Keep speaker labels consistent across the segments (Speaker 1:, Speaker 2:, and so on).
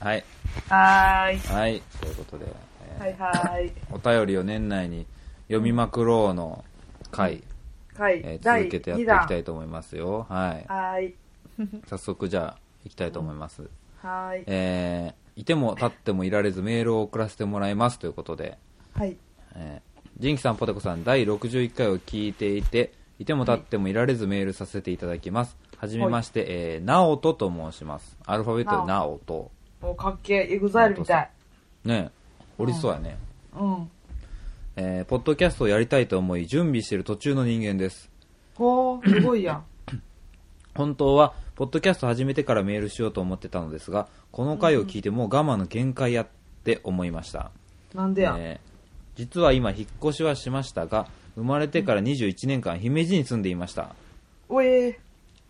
Speaker 1: はい。
Speaker 2: はーい。
Speaker 1: はい。ということで、えー
Speaker 2: はいはい。
Speaker 1: お便りを年内に読みまくろうの回、
Speaker 2: はい、
Speaker 1: えー続
Speaker 2: 第
Speaker 1: けてやってい
Speaker 2: 2
Speaker 1: き
Speaker 2: 弾
Speaker 1: た。いと思いますよ。はい。
Speaker 2: はーい。
Speaker 1: 早速じゃあ、行きたいと思います。
Speaker 2: はーい。
Speaker 1: えーいても立ってもいられずメールを送らせてもらいますということで、
Speaker 2: はい。
Speaker 1: えー、ジンキさん、ポテコさん、第61回を聞いていて、いても立ってもいられずメールさせていただきます。はじめまして、えー、ナオトと申します。アルファベットでナオト。
Speaker 2: もうかっけえ、エグザイルみたい。
Speaker 1: ねえおりそうやね。
Speaker 2: うん。
Speaker 1: えーポッドキャストをやりたいと思い、準備している途中の人間です。
Speaker 2: ほー、すごい やん。
Speaker 1: 本当は、ポッドキャスト始めてからメールしようと思ってたのですが、この回を聞いてもう我慢の限界やって思いました。
Speaker 2: なんでやん。
Speaker 1: えー実は今、引っ越しはしましたが、生まれてから21年間、姫路に住んでいました。
Speaker 2: おえ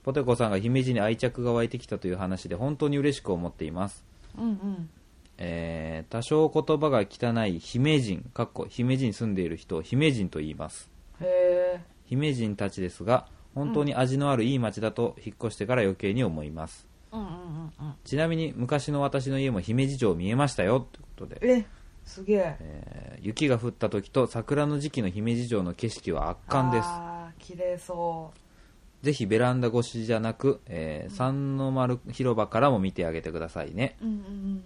Speaker 1: ポテコさんが姫路に愛着が湧いてきたという話で本当に嬉しく思っています。
Speaker 2: ー。うんうん。
Speaker 1: えー多少言葉が汚い姫人、かっこ姫路に住んでいる人を姫人と言います。
Speaker 2: へ
Speaker 1: 姫人たちですが、本当に味のあるいい町だと引っ越してから余計に思います。
Speaker 2: ー。うんうんうんうん。
Speaker 1: ちなみに昔の私の家も姫路城見えましたよということで、
Speaker 2: え、すげえ。
Speaker 1: えー雪が降った時と桜の時期の姫路城の景色は圧巻です。
Speaker 2: あー、綺麗そ
Speaker 1: ぜひベランダ越しじゃなく、えー三の丸広場からも見てあげてくださいね。
Speaker 2: う。うんうんうんうんうんうん。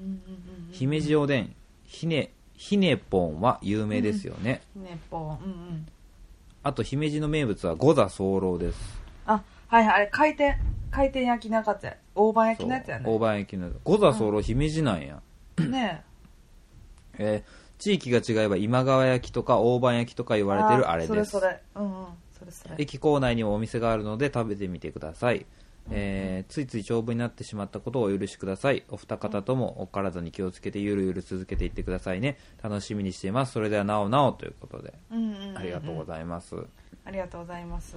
Speaker 1: 姫路おでんひねひねぽんは有名ですよね、
Speaker 2: ねっぽん。うんうん。
Speaker 1: あと姫路の名物は五座候です
Speaker 2: あ、はいはい、あれ、回転、回転焼きなかったや。大判焼きのやつや
Speaker 1: そう大
Speaker 2: ね。
Speaker 1: 判焼きの五座候姫路なんや、
Speaker 2: ね
Speaker 1: えー地域が違えば今川焼きとか大判焼きとか言
Speaker 2: え。
Speaker 1: われてるあれです
Speaker 2: それそれ。うんうん。それそれ。
Speaker 1: 駅構内にもお店があるので食べてみてください、えーついつい長文になってしまったことをお許しくださいお二方ともお体に気をつけてゆるゆる続けていってくださいね楽しみにしていますそれではなおなおということで
Speaker 2: うんうんうんうん。
Speaker 1: ありがとうございます、
Speaker 2: ありがとうございます。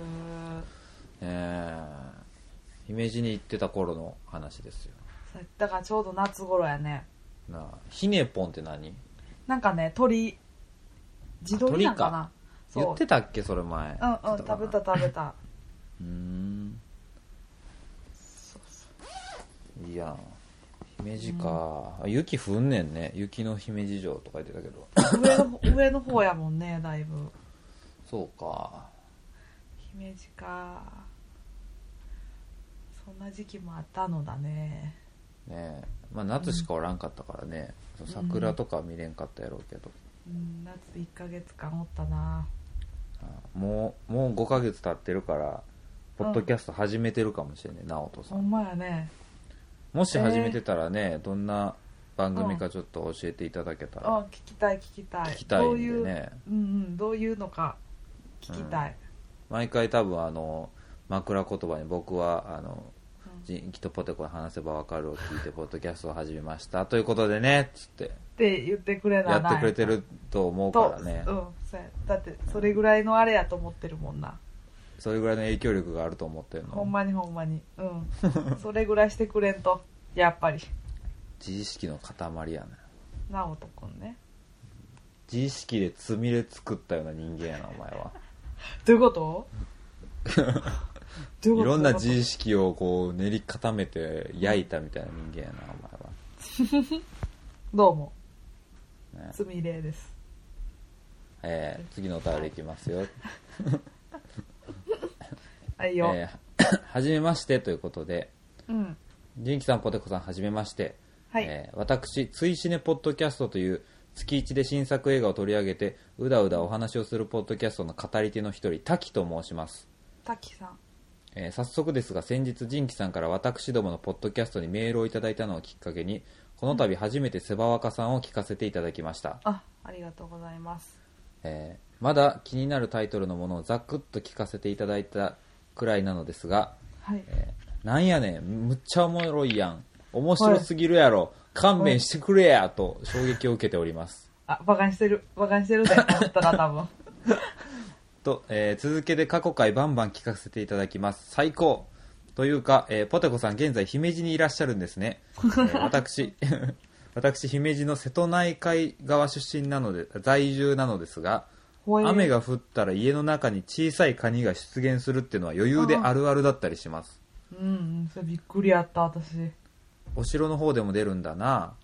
Speaker 1: えー、姫路に行ってた頃の話ですよ
Speaker 2: だからちょうど夏頃やね。
Speaker 1: なあひねぽんって何
Speaker 2: なんかね、鳥、自撮りなんかな。そう
Speaker 1: 言ってたっけそれ前
Speaker 2: うんうん、食べた食べた。
Speaker 1: うーんいいやん姫路か、あ雪降んねんね雪の姫路城とか言ってたけ ど
Speaker 2: 上の上の方やもんね、だいぶ。
Speaker 1: そうか
Speaker 2: 姫路か。そんな時期もあったのだね。
Speaker 1: ねえまあ夏しかおらんかったからね、その桜とか見れんかったやろうけど、
Speaker 2: うん、夏1ヶ月間おったな。
Speaker 1: あもうもう5ヶ月経ってるからポッドキャスト始めてるかもしれない、直人さ
Speaker 2: ほ
Speaker 1: ん
Speaker 2: んまやね。
Speaker 1: もし始めてたらね、どんな番組かちょっと教えていただけた
Speaker 2: あ
Speaker 1: ら、
Speaker 2: 聞きたい聞きたい。
Speaker 1: 聞きたい
Speaker 2: ど
Speaker 1: ん
Speaker 2: ういう、
Speaker 1: でね
Speaker 2: うんうん、どういうのか聞きたい。
Speaker 1: 毎回多分あの枕言葉に僕はあの
Speaker 2: うん
Speaker 1: 「人気とポテコに話せばわかる」を聞いてポッドキャストを始めましたということでねつって
Speaker 2: って言ってくれな
Speaker 1: や
Speaker 2: い
Speaker 1: ってくれてると思うか
Speaker 2: と
Speaker 1: らね
Speaker 2: うんそうやだってそれぐらいのあれやと思ってるもんな、
Speaker 1: それぐらいの影響力があると思ってる
Speaker 2: ほ
Speaker 1: の
Speaker 2: んまにほんまにうん それぐらいしてくれんとやっぱり
Speaker 1: 自意識の塊やな
Speaker 2: 直人くんね
Speaker 1: 自意識でつみれ作ったような人間やなお前は
Speaker 2: どういうこと どういうこと
Speaker 1: いろんな自
Speaker 2: どういう
Speaker 1: 意識をこう練り固めて焼いたみたいな人間やなお
Speaker 2: ことどうも
Speaker 1: 前は、ね
Speaker 2: つみれいです
Speaker 1: えー次のお便りいきますよ
Speaker 2: はいよ、
Speaker 1: えー はじめましてということで、
Speaker 2: うん
Speaker 1: ジンキさん、ポテコさん、はじめまして。
Speaker 2: はい、
Speaker 1: えー私、ついしねポッドキャストという月一で新作映画を取り上げて、うだうだお話をするポッドキャストの語り手の一人、滝と申します。
Speaker 2: 滝さん
Speaker 1: えー早速ですが、先日、ジンキさんから私どものポッドキャストにメールをいただいたのをきっかけに、この度初めてセバワカさんを聞かせていただきました。
Speaker 2: あありがとうございます
Speaker 1: えーまだ気になるタイトルのものをざっくっと聞かせていただいたくらいなのですが、
Speaker 2: はい
Speaker 1: えーなんやねん、むっちゃおもろいやん。面白すぎるやろ。勘弁してくれや、と衝撃を受けております。
Speaker 2: あバカにしてるバカにしてるで思った ら多分
Speaker 1: と、えー続けて過去回バンバン聞かせていただきます。最高というか、えーポテコさん現在姫路にいらっしゃるんですね。えー私、 私、姫路の瀬戸内海側出身なので、在住なのですが、
Speaker 2: ほえ
Speaker 1: 雨が降ったら家の中に小さいカニが出現するっていうのは余裕であるあるだったりします。
Speaker 2: うんうんそれびっくりやった私
Speaker 1: お城の方でも出るんだな、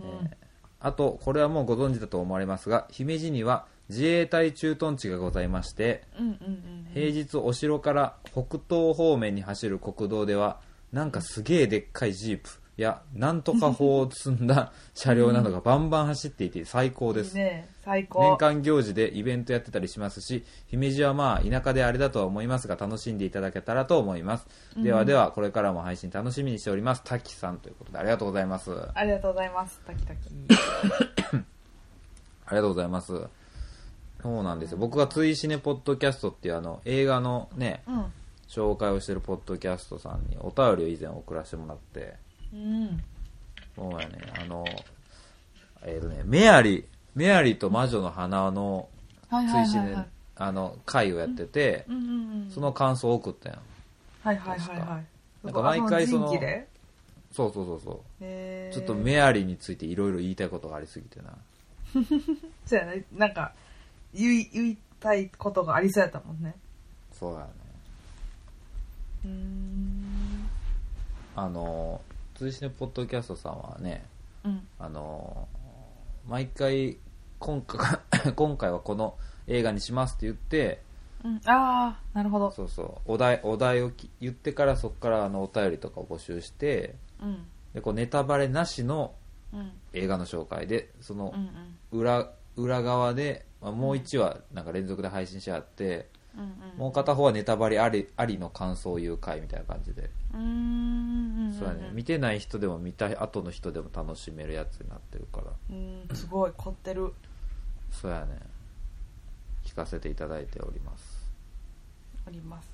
Speaker 1: えーあとこれはもうご存知だと思われますが姫路には自衛隊駐屯地がございまして
Speaker 2: うんうんうんうん。
Speaker 1: 平日お城から北東方面に走る国道ではなんかすげえでっかいジープやなんとか砲を積んだ 車両などがバンバン走っていて最高で
Speaker 2: いい
Speaker 1: す
Speaker 2: ね最高。
Speaker 1: 年間行事でイベントやってたりしますし姫路はまあ田舎であれだとは思いますが楽しんでいただけたらと思います、ではではこれからも配信楽しみにしております滝さんということでありがとうございますあ
Speaker 2: ありがとうございます。タキタキ。
Speaker 1: りがとうございますそうなんですよ僕が「追試ねポッドキャスト」っていうあの映画のね
Speaker 2: うん。
Speaker 1: 紹介をしてるポッドキャストさんにお便りを以前送らせてもらって
Speaker 2: うん。
Speaker 1: そうやねあのえっ、とねメアリーメアリーと魔女の花の
Speaker 2: はいはい
Speaker 1: 追試
Speaker 2: はい、は
Speaker 1: ね
Speaker 2: い。
Speaker 1: あの回をやってて、
Speaker 2: うんうんうん。
Speaker 1: その感想を送ったやん
Speaker 2: はいはいはいはい。
Speaker 1: なんか毎回その
Speaker 2: あ人気で
Speaker 1: そうそうそうそ
Speaker 2: え
Speaker 1: う
Speaker 2: ー、
Speaker 1: ちょっとメアリーについていろいろ言いたいことがありすぎてな
Speaker 2: そうやね。なんか、言い、言いたいことがありそうやったもんね。
Speaker 1: そうだね
Speaker 2: うーん。
Speaker 1: あの通信のポッドキャストさんはね
Speaker 2: うん。
Speaker 1: あの毎回今回今回はこの映画にしますって言って
Speaker 2: うん。ああ、なるほど。
Speaker 1: そうそうお題お題をき言ってからそこからあのお便りとかを募集して
Speaker 2: うん。
Speaker 1: でこうネタバレなしの
Speaker 2: うん。
Speaker 1: 映画の紹介でその
Speaker 2: うんうん。
Speaker 1: 裏裏側で、まあ、もう1話なんか連続で配信し合って、
Speaker 2: うんうん。
Speaker 1: もう片方はネタバレありありの感想を言う回みたいな感じで、
Speaker 2: うーん。んん
Speaker 1: そうだね見てない人でも見た後の人でも楽しめるやつになってるから
Speaker 2: うん。すごい、凝ってる。
Speaker 1: そうやね聞かせていただいております、
Speaker 2: あります。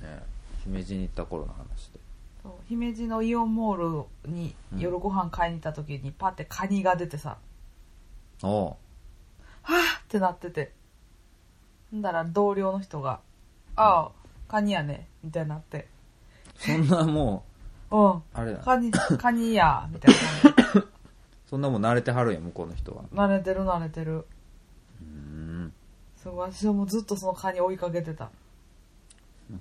Speaker 1: ね、姫路に行った頃の話で
Speaker 2: そう姫路のイオンモールに夜ご飯買いに行った時にパッてカニが出てさ、
Speaker 1: おう
Speaker 2: ってなっててんだら同僚の人が「ああカニやね」みたいになって
Speaker 1: そんなも
Speaker 2: 「うん
Speaker 1: うあ れだ
Speaker 2: カニカニや」みたいな感
Speaker 1: そんなもん慣れてはるんや向こうの人は
Speaker 2: じ慣れてる慣れてる
Speaker 1: うーん
Speaker 2: すごい私はもうずっとそのカニ追いかけてた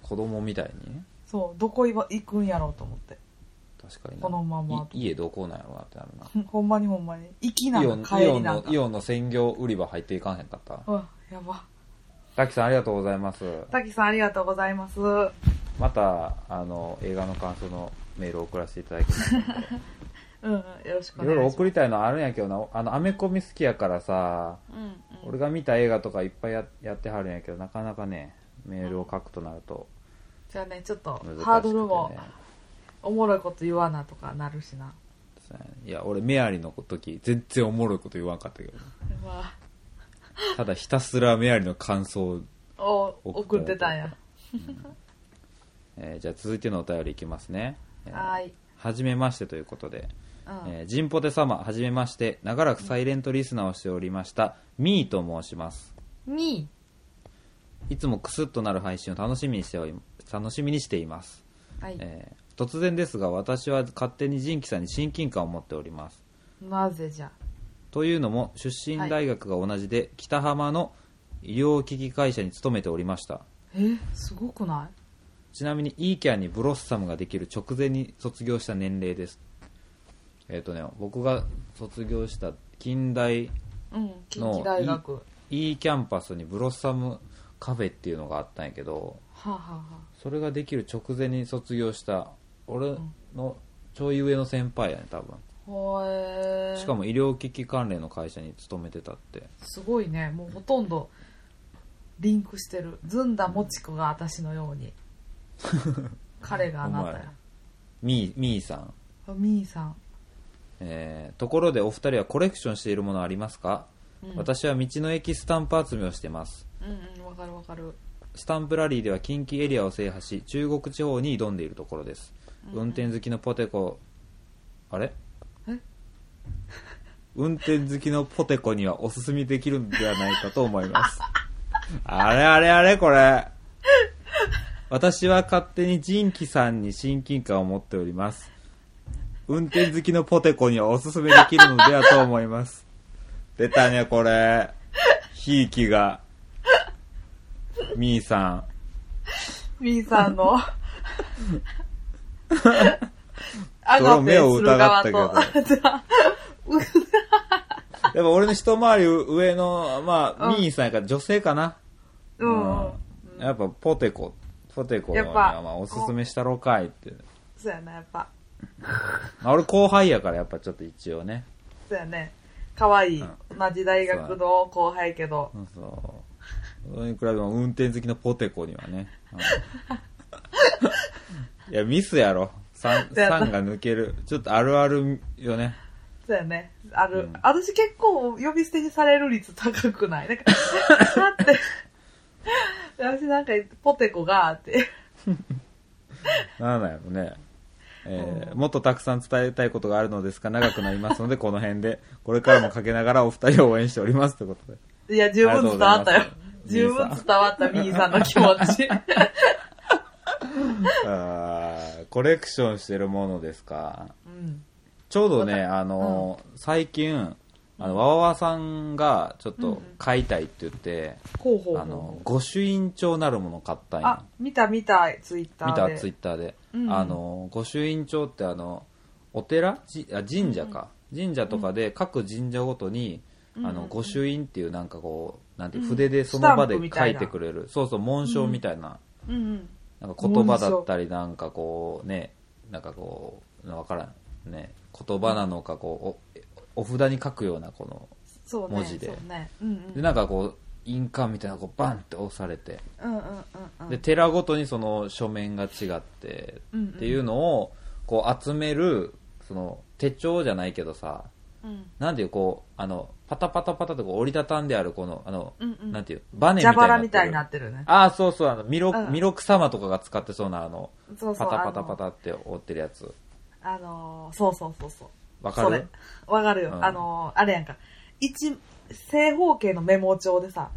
Speaker 1: 子供みたいに
Speaker 2: そうどこいば行くんやろうと思って
Speaker 1: 確かにな
Speaker 2: このまま
Speaker 1: い家どこなんやろなってなるな
Speaker 2: ほんほんまにほんまにきな
Speaker 1: イオ
Speaker 2: ん
Speaker 1: ン
Speaker 2: か
Speaker 1: イ
Speaker 2: 帰
Speaker 1: オ
Speaker 2: り
Speaker 1: ン
Speaker 2: なん
Speaker 1: の
Speaker 2: か
Speaker 1: イオンの専業売り場入っていかんへんかった
Speaker 2: うんやば
Speaker 1: 滝さんありがとうございます
Speaker 2: 滝さんありがとうございます
Speaker 1: またあの映画の感想のメールを送らせていただき ますので
Speaker 2: うんうんよろしくお
Speaker 1: いろい
Speaker 2: 願
Speaker 1: ろ
Speaker 2: いし
Speaker 1: 送
Speaker 2: ます
Speaker 1: りたいのあるんやけどなあのアメコミ好きやからさ
Speaker 2: うんうん
Speaker 1: 俺が見た映画とかいっぱいややってはるんやけどなかなかねメールを書くとなると
Speaker 2: じゃあねちょっと
Speaker 1: 難しくて、ね、
Speaker 2: ハードルもおもろいこと言わなとかなるしな。
Speaker 1: いや俺メアリーの時全然おもろいこと言わんかったけど
Speaker 2: ま
Speaker 1: ただひたすらメアリーの感想を、
Speaker 2: あ、お
Speaker 1: 送
Speaker 2: 送
Speaker 1: っ
Speaker 2: ってて
Speaker 1: た
Speaker 2: た
Speaker 1: ん
Speaker 2: ん
Speaker 1: や
Speaker 2: や。
Speaker 1: えーじゃあ続いてのお便りいきますね、えー
Speaker 2: はーい。
Speaker 1: はじめましてということで
Speaker 2: うん。
Speaker 1: えー、ジンポテ様はじめまして長らくサイレントリスナーをしておりましたミーと申します
Speaker 2: に、
Speaker 1: いつもクスッとなる配信を楽しみにしており楽しみにしています、
Speaker 2: はい。
Speaker 1: えー突然ですが私は勝手にジンキさんに親近感を持っております
Speaker 2: なぜじゃ。
Speaker 1: というのも出身大学が同じで、北浜の医療機器会社に勤めておりました
Speaker 2: え、すごくな
Speaker 1: ちなみに E キャンにブロッサムができる直前に卒業した年齢ですえっ、とね僕が卒業した近代
Speaker 2: いうん。近
Speaker 1: の
Speaker 2: 畿大学。はい
Speaker 1: いキャンパスにブロッサムカフェっていうのがあったんやけど
Speaker 2: はあ、はあは
Speaker 1: それができる直前に卒業した俺のちょい上の先輩やね多分
Speaker 2: あ、ほえー。
Speaker 1: しかも医療機器関連の会社に勤めてたって
Speaker 2: すごいね。もうほとんど、リンクしてる。ずんだもちこが私のよう に。彼があなたや。
Speaker 1: みーみーさん、
Speaker 2: あみーさん。
Speaker 1: えーところでお二人はコレクションしているものありますか、
Speaker 2: うん
Speaker 1: 私は道の駅スタンプ集めをしてます
Speaker 2: うんうん、わかるわかる。
Speaker 1: スタンプラリーでは近畿エリアを制覇し中国地方に挑んでいるところです、運転好きのポテコあれ
Speaker 2: え
Speaker 1: 運転好きのポテコにはおすすめできるんではないかと思いますあれあれあれこれ私は勝手にジンキさんに親近感を持っております運転好きのポテコにはおすすめできるのではと思います出たねこれひいきがみーさん
Speaker 2: みーさんの。あが
Speaker 1: 目
Speaker 2: て
Speaker 1: を
Speaker 2: する側
Speaker 1: 疑
Speaker 2: と
Speaker 1: ったけ。やっぱ俺の一回り上の、まあ、
Speaker 2: うん
Speaker 1: ミーさんやから女性かな。
Speaker 2: うん。
Speaker 1: うんやっぱポテコ、ポテコに
Speaker 2: や
Speaker 1: は
Speaker 2: っぱ
Speaker 1: まあおすすめしたろかいって。
Speaker 2: そうやな、やっぱ。
Speaker 1: まあ、俺後輩やからやっぱちょっと一応ね。
Speaker 2: そうやね。可愛い
Speaker 1: うん
Speaker 2: 同じ大学の後輩けど。
Speaker 1: そうそう。それに比べても運転好きのポテコにはね。 うんいや、ミスやろ。酸
Speaker 2: そうやな
Speaker 1: 酸が抜ける。ちょっとあるあるよね。
Speaker 2: そうやね。ある。
Speaker 1: うん
Speaker 2: 私結構呼び捨てにされる率高くないなん か、だって、私なんかポテコがって。
Speaker 1: なんだろうね。えー
Speaker 2: うん
Speaker 1: もっとたくさん伝えたいことがあるのですが、長くなりますので、この辺で、これからもかけながらお二人を応援しておりますということで。
Speaker 2: いや、十分伝わったよ
Speaker 1: ありがとうございま。す
Speaker 2: 十分伝わったミーさんの気持ち。
Speaker 1: あーコレクションしてるものですか。
Speaker 2: うん。
Speaker 1: ちょうどね、あのー最近、あの、わわわさんが、ちょっ
Speaker 2: うんう
Speaker 1: と
Speaker 2: ん、
Speaker 1: 買いたいって言って、
Speaker 2: ほうほうほう
Speaker 1: あの、御朱印帳なるものを買ったん
Speaker 2: あ
Speaker 1: や。、
Speaker 2: 見た見た、ツイッター
Speaker 1: 見
Speaker 2: で。
Speaker 1: たツイッターで。
Speaker 2: うん
Speaker 1: あの、御朱印帳ってあの、お寺じあ神社か。神社とかで、各神社ごとに、
Speaker 2: うん
Speaker 1: あの、御朱印っていうなんかこう、なんていう
Speaker 2: うん
Speaker 1: 筆でその場で
Speaker 2: スタンプみた
Speaker 1: 書
Speaker 2: い
Speaker 1: い
Speaker 2: な
Speaker 1: てくれる。そうそう、紋章みたいな。
Speaker 2: うんうん。
Speaker 1: なんか言葉だったり、なんかこうね、なんかこう、わからん。ね、言葉なのか、こう、おお札に書くような、この、
Speaker 2: そうね。
Speaker 1: 文字で
Speaker 2: そうね。うんうん。
Speaker 1: で、なんかこう、印鑑みたいなのがこうバンって押されて、
Speaker 2: うんうんうんうん。
Speaker 1: で、寺ごとにその書面が違って、
Speaker 2: うんうん
Speaker 1: っていうのを、こう集める、その手帳じゃないけどさ、
Speaker 2: うん
Speaker 1: なんていうこう、あの、パタパタパタとこう折りたたんであるこの、あの、
Speaker 2: うんうん
Speaker 1: なんていう、バネみ
Speaker 2: 蛇
Speaker 1: たいになって
Speaker 2: 腹
Speaker 1: る
Speaker 2: みたいになってるね。
Speaker 1: ああ、そうそう、あの、ミロ、
Speaker 2: うん
Speaker 1: ミロク様とかが使ってそうな、あの、
Speaker 2: そうそ
Speaker 1: パ
Speaker 2: う。
Speaker 1: タパタパ
Speaker 2: あ
Speaker 1: タって折ってるやつ。
Speaker 2: の。あのー、そうそうそうそう。
Speaker 1: わか
Speaker 2: それ
Speaker 1: る。
Speaker 2: わかるよ。
Speaker 1: うん
Speaker 2: あのー、あれやんか。一、正方形のメモ帳でさ、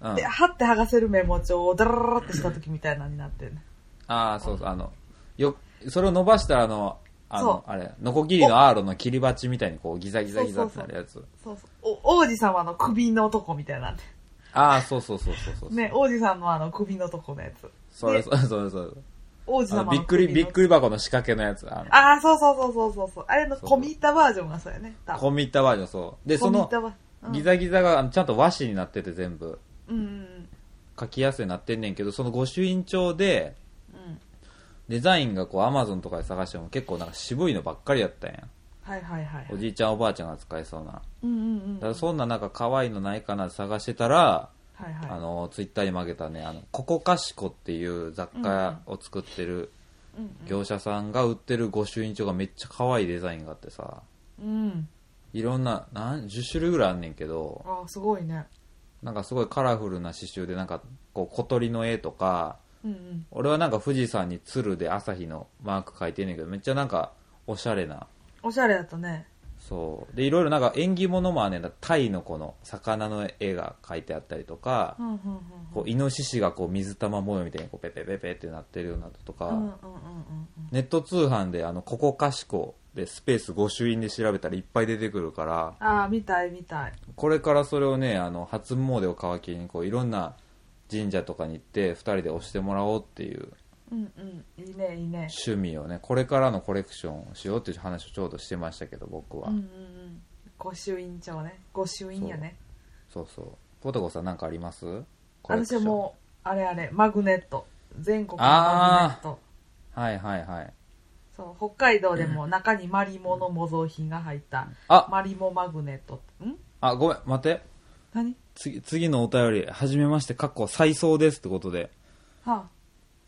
Speaker 1: うん。あ
Speaker 2: で、貼って剥がせるメモ帳をダラララってした時みたいなのになってるね。
Speaker 1: あー、そうそう、あの、よ、それを伸ばしたら、あの、あの
Speaker 2: そ、
Speaker 1: あれ、ノコギリのアーロの切り鉢みたいにこうギザギザギザってなるやつ。
Speaker 2: そうそう。お王子様の首のとこみたいなね。
Speaker 1: ああ、そうそうそうそうそう。
Speaker 2: ね、王子さんのあの首のとこのやつ。
Speaker 1: それ
Speaker 2: で
Speaker 1: それそれそれ。
Speaker 2: 王子
Speaker 1: あ
Speaker 2: 様
Speaker 1: の
Speaker 2: の
Speaker 1: びっくり、びっ
Speaker 2: り。
Speaker 1: くり箱の仕掛けのやつ。あの、
Speaker 2: ああ、そうそうそうそうそうそう。あれの
Speaker 1: そう
Speaker 2: 込み入ったバージョンがそうやね。多分
Speaker 1: コミッタバージョン、そう。で、そ
Speaker 2: 込み入
Speaker 1: の
Speaker 2: っ、たバージョン。
Speaker 1: ギザギザがあのちゃんと和紙になってて全部。
Speaker 2: うんうん
Speaker 1: 書きやすいようになってんねんけど、その御朱印帳で、
Speaker 2: うん。うん。
Speaker 1: デザインがこう、アマゾンとかで探しても結構なんか渋いのばっかりやったんや。
Speaker 2: はいはいはい。
Speaker 1: おじいちゃんおばあちゃんが使えそうな。
Speaker 2: うんうんうん。
Speaker 1: だからそんななんか可愛いのないかなって探してたら、
Speaker 2: はいはい。
Speaker 1: あの、ツイッターに曲げたね、あの、ココカシコっていう雑貨を作ってる
Speaker 2: うん
Speaker 1: 業者さんが売ってる御朱印帳がめっちゃ可愛いデザインがあってさ、
Speaker 2: うん。
Speaker 1: いろんな、なん、10種類ぐらいあんねんけど、
Speaker 2: ああ、すごいね。
Speaker 1: なんかすごいカラフルな刺繍で、なんか、こう、小鳥の絵とか、
Speaker 2: うんうん。
Speaker 1: 俺はなんか富士山に鶴で朝日のマーク書いてんねんけど、めっちゃなんか、おしゃれな。
Speaker 2: おしゃれだったね。
Speaker 1: そう。で、いろいろなんか縁起物もあんねんだ。タイのこの魚の絵が書いてあったりとか
Speaker 2: う、んうんうん。
Speaker 1: こう、イノシシがこう水玉模様みたいにこうペペペペってなってるようなのとか、
Speaker 2: うんうんうんうんうん。
Speaker 1: ネット通販であの、ここかしこでスペース御朱印で調べたらいっぱい出てくるから、
Speaker 2: ああ、見たい見たい。
Speaker 1: これからそれをね、あの、初詣を皮切りにこう、いろんな神社とかに行って、二人で押してもらおうっていう
Speaker 2: うんうん。いいねいいね。
Speaker 1: 趣味をね、これからのコレクションをしようっていう話をちょうどしてましたけど、僕は。
Speaker 2: うんうんうん。御朱印帳ね。御朱印やね。
Speaker 1: そうそう。ポテコさんなんかありますコレク
Speaker 2: 私
Speaker 1: ショ
Speaker 2: は
Speaker 1: ン。
Speaker 2: もう、あれあれ、マグネット。全国のマグネット。
Speaker 1: はいはいはい。
Speaker 2: そう、北海道でも中にマリモの模造品が入った、
Speaker 1: あ、
Speaker 2: マリモマグネット。ん
Speaker 1: あ、ごめん、待って。
Speaker 2: 何
Speaker 1: 次、次のお便り、はじめまして、かっこ再送ですってことで、
Speaker 2: は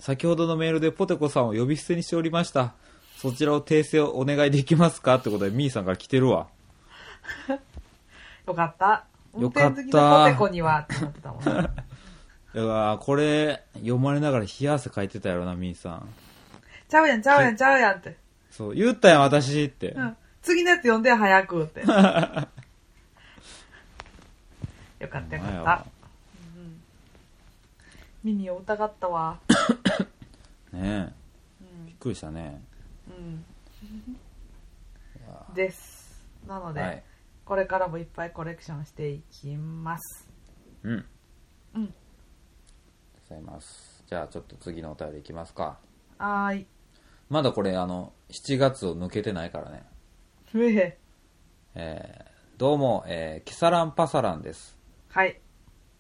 Speaker 1: 先ほどのメールでポテコさんを呼び捨てにしておりました。そちらを訂正をお願いできますかってことで、ミーさんから来てるわ。
Speaker 2: あ、よかった。運
Speaker 1: よかった
Speaker 2: 転好きのポテコにはって思ってたもん ね。
Speaker 1: いやーこれ、読まれながら冷や汗かいてたやろな、ミーさん。
Speaker 2: ちゃうやんちゃうやんちゃうやんって。
Speaker 1: そう、言ったやん、私って。
Speaker 2: うん。次のやつ読んで早く って。よかったよ
Speaker 1: 前
Speaker 2: かった
Speaker 1: は。
Speaker 2: 耳を疑ったわ。
Speaker 1: ねえ。
Speaker 2: う
Speaker 1: びっくりしたね。
Speaker 2: ん。うん。です。なので、
Speaker 1: はい。
Speaker 2: これからもいっぱいコレクションしていきます。
Speaker 1: うん。
Speaker 2: うん。
Speaker 1: ございます。じゃあちょっと次のお便りいきますか。
Speaker 2: はーい。
Speaker 1: まだこれ、あの、7月を抜けてないからね。
Speaker 2: うえ
Speaker 1: えーどうも、えーケサランパサランです。
Speaker 2: はい。